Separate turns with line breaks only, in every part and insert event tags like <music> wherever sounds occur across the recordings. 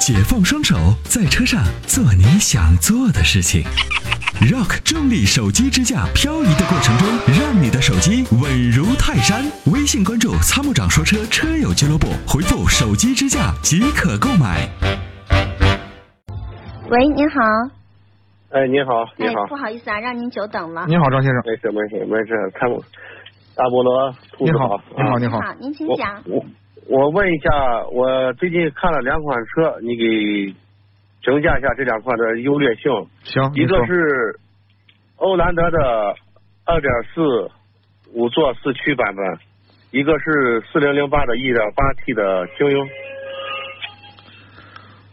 解放双手，在车上做你想做的事情。Rock 重力手机支架漂移的过程中，让你的手机稳如泰山。微信关注“参谋长说车”车友俱乐部，回复“手机支架”即可购买。
喂，您好。
哎，你好，你好
哎，，不好意思啊，让您久等了。
你好，张先生。
没事没事没事，参谋，大菠萝，兔
你
子
好，嗯你好，
啊
你好。
好，您请
我
讲。
我我问一下，我最近看了两款车，你给评价一下这两款的优劣性。
行，
一
你
个
说。
是欧蓝德的二点四五座四驱版本，一个是四零零八的一点八 T 的精英。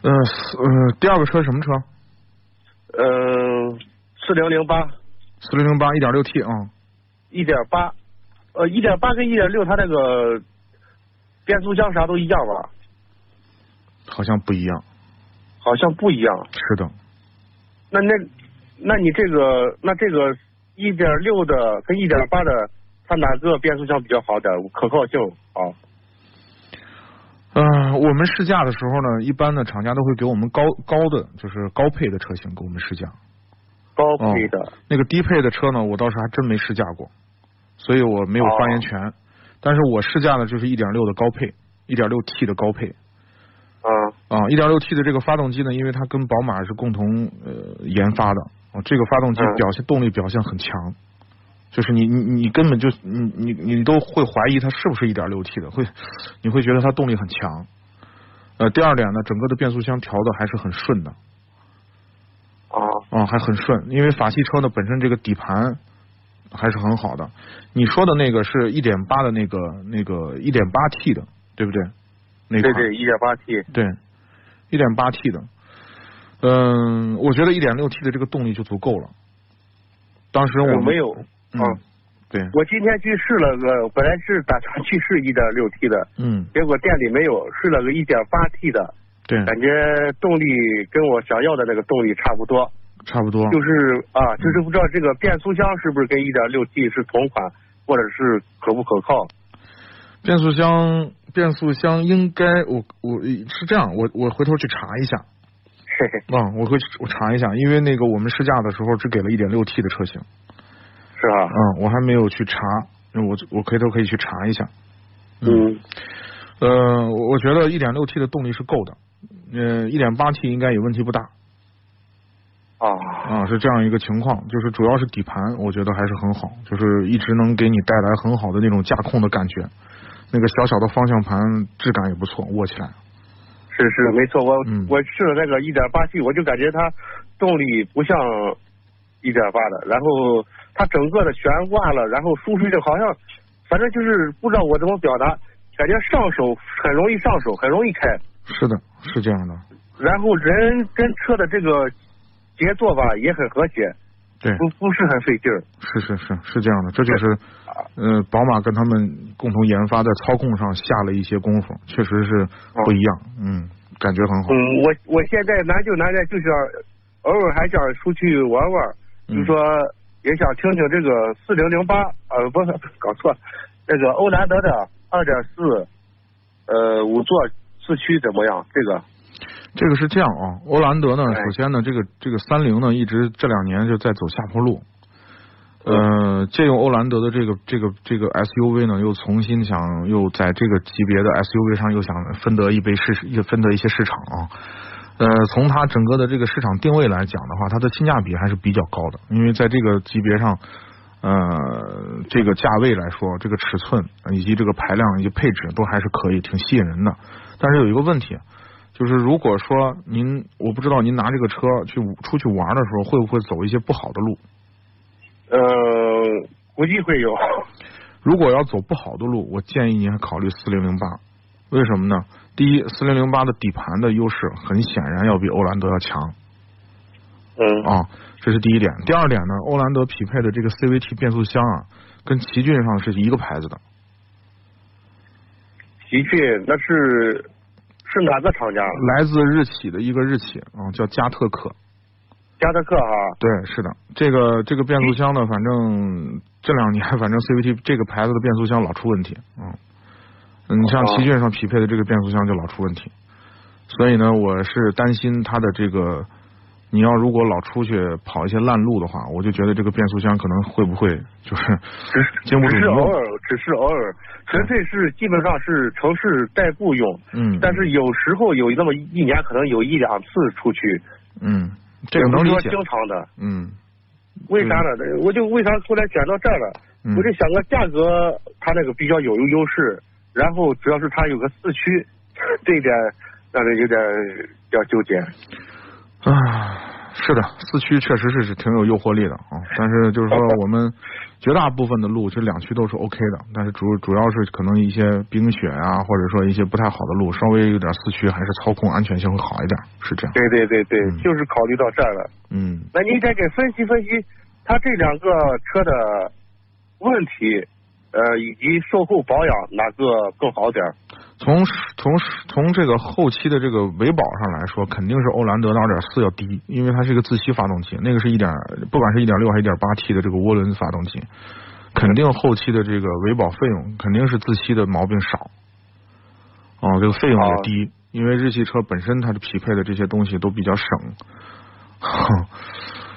呃呃，第二个车什么车？
嗯、四零零八
四零零八一点六 T 啊。
一点八，呃，一点八跟一点六它那个变速箱啥都一样吧？
好像不一样。
好像不一样。
是的，
那那，那你这个那这个一点六的跟一点八的，它哪个变速箱比较好点？可靠性啊好？
呃，我们试驾的时候呢，一般的厂家都会给我们高高的，就是高配的车型给我们试驾。
高
哦
配的、
那个低配的车呢，我倒是还真没试驾过，所以我没有发言
哦
权。但是我试驾的就是一点六的高配，一点六 T 的高配
啊，
啊，一点六 T 的这个发动机呢，因为它跟宝马是共同呃研发的，啊，这个发动机
嗯
表现、动力表现很强，就是你你你根本就你你你都会怀疑它是不是一点六 T 的，会你会觉得它动力很强。呃，第二点呢，整个的变速箱调的还是很顺的，
啊
啊、还很顺，因为法系车呢本身这个底盘还是很好的。你说的那个是一点八的那个那个一点八 T 的，对不对？那
对
款
对，一点八 T
对，一点八 T 的，嗯，我觉得一点六 T 的这个动力就足够了。当时我
我
们
没有。
嗯
啊，
对，
我今天去试了个，本来是打算去试一点六 T 的，
嗯，
结果店里没有，试了个一点八 T 的，
对，
感觉动力跟我想要的那个动力差不多，
差不多。
就是啊，就是不知道这个变速箱是不是跟一点六 T 是同款，或者是可不可靠。
变速箱，变速箱应该我我是这样，我我回头去查一下。
嘿嘿，
嗯，我会去我查一下，因为那个我们试驾的时候只给了一点六 T 的车型。
是吧？
嗯，我还没有去查，我我回头可以去查一下。，
嗯，
呃，我我觉得一点六 T 的动力是够的，呃，一点八 T 应该也问题不大
啊，
啊，是这样一个情况，就是主要是底盘，我觉得还是很好，就是一直能给你带来很好的那种驾控的感觉，那个小小的方向盘质感也不错，握起来。
是是，没错，我、
嗯
我试了那个一点八 T，我就感觉它动力不像一点八的，然后它整个的悬挂了，然后舒适性好像，反正就是不知道我怎么表达，感觉上手很容易上手，很容易开，
是的，是这样的，
然后人跟车的这个节奏吧也很和谐，
对，
不不是很费劲儿。
是是是是这样的，这就是呃，宝马跟他们共同研发在操控上下了一些功夫，确实是不一样，嗯，感觉很好。
嗯，我我现在难就难在就想偶尔还想出去玩玩，就
嗯
说也想听听这个四零零八，呃，不是 <laughs> 搞错，那个欧蓝德的二点四，呃，五座四驱怎么样？这个
这个是这样啊，欧蓝德呢，
哎
首先呢，这个这个三菱呢，一直这两年就在走下坡路。呃，借用欧蓝德的这个这个这个 SUV 呢，又重新想又在这个级别的 SUV 上又想分得一杯市，也分得一些市场啊。呃，从它整个的这个市场定位来讲的话，它的性价比还是比较高的，因为在这个级别上，呃，这个价位来说，这个尺寸以及这个排量以及配置都还是可以，挺吸引人的。但是有一个问题，啊就是如果说您，我不知道您拿这个车去出去玩的时候，会不会走一些不好的路？
呃，估计会有。
如果要走不好的路，我建议您还考虑四零零八。为什么呢？第一，四零零八的底盘的优势很显然要比欧蓝德要强
嗯
啊，这是第一点。第二点呢，欧蓝德匹配的这个 CVT 变速箱啊，跟奇骏上是一个牌子的，
<laughs> 的确，那是是哪个厂家？
来自日企的一个日企啊，叫加特可。
加特克哈、
对，是的，这个这个变速箱呢，反正这两年，反正 CVT 这个牌子的变速箱老出问题，嗯，嗯你像
哦
奇骏上匹配的这个变速箱就老出问题，所以呢，我是担心它的这个，你要如果老出去跑一些烂路的话，我就觉得这个变速箱可能会不会就是
只是
经不住
只是
你
偶
用
尔，只是偶尔，纯粹是基本上是城市代步用，
嗯
但是有时候有那么一年可能有一两次出去，
嗯，这个
也不是
能理
说
解，
经常的，
嗯
为啥呢？我就为啥后来选到这儿了？
嗯
我就想个价格，它那个比较有优势，然后主要是它有个四驱，这一点让人有点比较纠结。
啊，是的，四驱确实是挺有诱惑力的啊，但是就是说我们绝大部分的路其实两驱都是 OK 的，但是主主要是可能一些冰雪啊，或者说一些不太好的路，稍微有点四驱还是操控安全性会好一点，是这样，
对对对对，
嗯
就是考虑到这儿了。
嗯。
那您再给分析分析它这两个车的问题，呃，以及售后保养哪个更好点儿？
从是从是从这个后期的这个维保上来说，肯定是欧蓝德的2.4要低，因为它是一个自吸发动机，那个是一点不管是一点六还是一点八 T 的这个涡轮发动机，肯定后期的这个维保费用肯定是自吸的毛病少，哦，这个费用也低，因为日系车本身它的匹配的这些东西都比较省， <laughs> 哼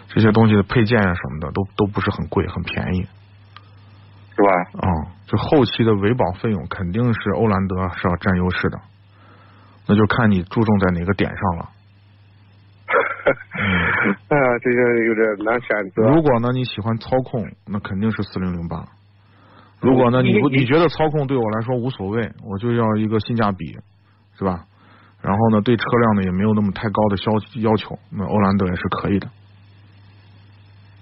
这些东西的配件啊什么的都都不是很贵，很便宜。
是吧？ <laughs>
啊、就后期的维保费用肯定是欧蓝德是要占优势的，那就看你注重在哪个点上了。
哎呀，这个有点难选择。
如果呢你喜欢操控，那肯定是四零零八。如果呢
你
你不
嗯你
你觉得操控对我来说无所谓，我就要一个性价比，是吧？然后呢对车辆呢也没有那么太高的要要求，那欧蓝德也是可以的。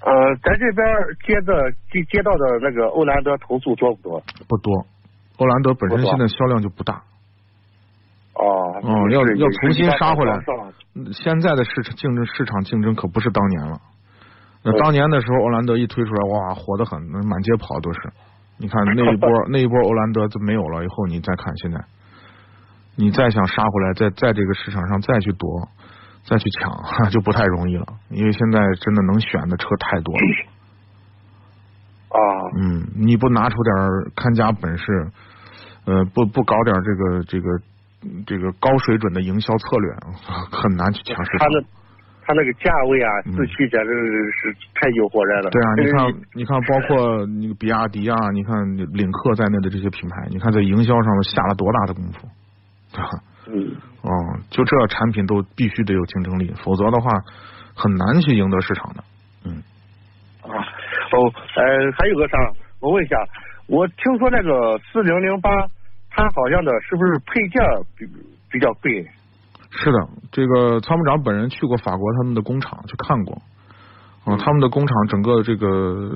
呃，咱这边接的接接到的那个欧蓝德投诉多不多？
不多，欧蓝德本身
不多
现在销量就不大，
哦，
哦要
是
要重新杀回来。
有一个上
嗯现在的市场竞争市场竞争可不是当年了。那当年的时候，欧蓝德一推出来，哇，火得很，那满街跑都是。你看那一波那一波欧蓝德就没有了，以后你再看现在，你再想杀回来，在在这个市场上再去夺，再去抢， <laughs> 就不太容易了，因为现在真的能选的车太多了。
啊，
嗯，你不拿出点儿看家本事，呃，不不搞点儿这个这个嗯这个高水准的营销策略， <laughs> 很难去抢市
他
场。
那他那个价位啊，
嗯
四驱简直是太诱惑人了。
对啊，
这
你
个
看，你看，包括那个比亚迪啊，你看领克在内的这些品牌，你看在营销上下了多大的功夫，对吧？
嗯，
哦、就这产品都必须得有竞争力，否则的话很难去赢得市场的。
啊，哦，呃，还有个啥？我问一下，我听说那个四零零八，它好像的是不是配件儿比比较贵？
是的，这个参谋长本人去过法国他们的工厂去看过，啊、
嗯
他们的工厂整个这个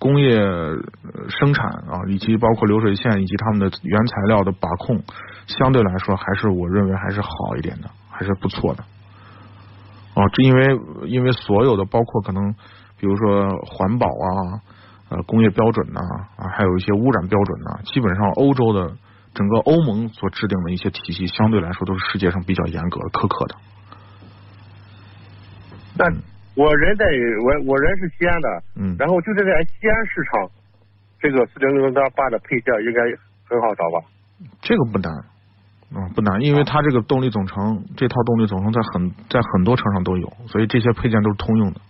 工业呃生产啊，以及包括流水线以及他们的原材料的把控，相对来说还是我认为还是好一点的，还是不错的。哦，这因为因为所有的包括可能，比如说环保啊，呃，工业标准呐、啊，还有一些污染标准呐、基本上欧洲的整个欧盟所制定的一些体系，相对来说都是世界上比较严格的、苛刻的。
那我人在我我人是西安的，
嗯，
然后就是在西安市场，这个四零零八的配件儿应该很好找吧？
这个不难，啊、不难，因为它这个动力总成，这套动力总成在很在很多车上都有，所以这些配件都是通用的，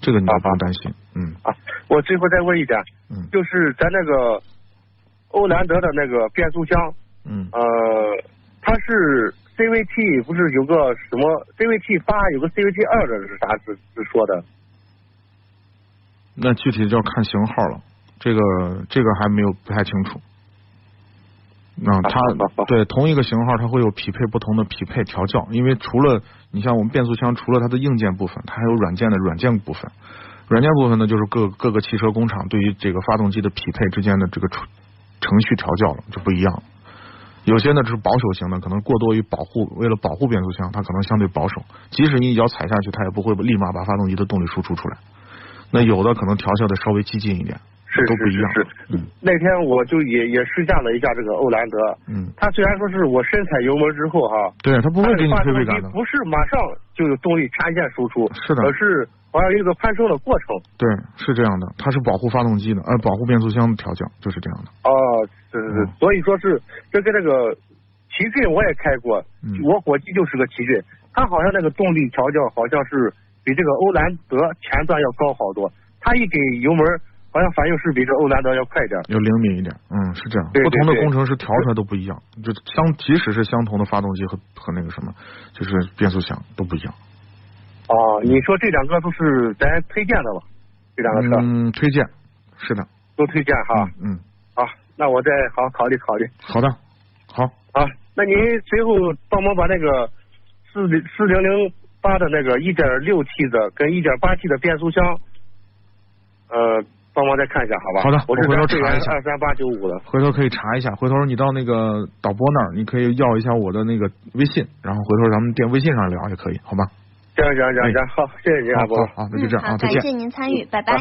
这个你都不用担心。嗯
啊，我最后再问一点，
嗯
就是咱那个欧蓝德的那个变速箱，
嗯，
呃，它是 CVT 不是有个什么 CVT 八有个 CVT 二的是啥是是说的？
那具体就要看型号了，这个这个还没有不太清楚。那、它对同一个型号，它会有匹配不同的匹配调教，因为除了你像我们变速箱，除了它的硬件部分，它还有软件的软件部分。软件部分呢，就是各各个汽车工厂对于这个发动机的匹配之间的这个处程序调教了，就不一样了。有些呢是保守型的，可能过多于保护，为了保护变速箱，它可能相对保守，即使你一脚踩下去，它也不会立马把发动机的动力输出出来。那有的可能调校的稍微激进一点，
是
都不一样。
是是是。那天我就也也试驾了一下这个欧蓝德，
嗯嗯，
它虽然说是我深踩油门之后哈、
对，它不会给你
它
推
这个
背
发
感
动
的
机。不是马上就有动力插线输出，
是的
而是好像有一个攀升的过程。
对，是这样的，它是保护发动机的，呃，
啊
保护变速箱的调教就是这样的。
哦，是是是，所以说是这跟那个奇骏我也开过，
嗯
我伙计就是个奇骏，它好像那个动力调教好像是比这个欧蓝德前段要高好多，它一给油门好像反应是比这欧蓝德要快点儿。
要灵敏一点，嗯，是这样。
对对
不同的
对
工程师调出来都不一样，就相即使是相同的发动机和和那个什么，就是变速箱都不一样。
哦，你说这两个都是咱推荐的吧？这两个车、
嗯，推荐，是的，
都推荐哈。
嗯，嗯，
好，那我再好好考虑考虑。
好的，好，
啊，那您随后帮忙把那个四零四零零八的那个一点六 T 的跟一点八 T 的变速箱，呃，帮忙再看一下，好吧？
好的
我
我
是
回头
这
查一下
二三八九五的。
回头可以查一下，回头你到那个导播那儿，你可以要一下我的那个微信，然后回头咱们电微信上聊也可以，好吧？
行行行行，好，谢谢您啊，
好
波。
好好，那就这
嗯，
样啊，
好，
再
感
见。
谢您参与，拜拜
啊。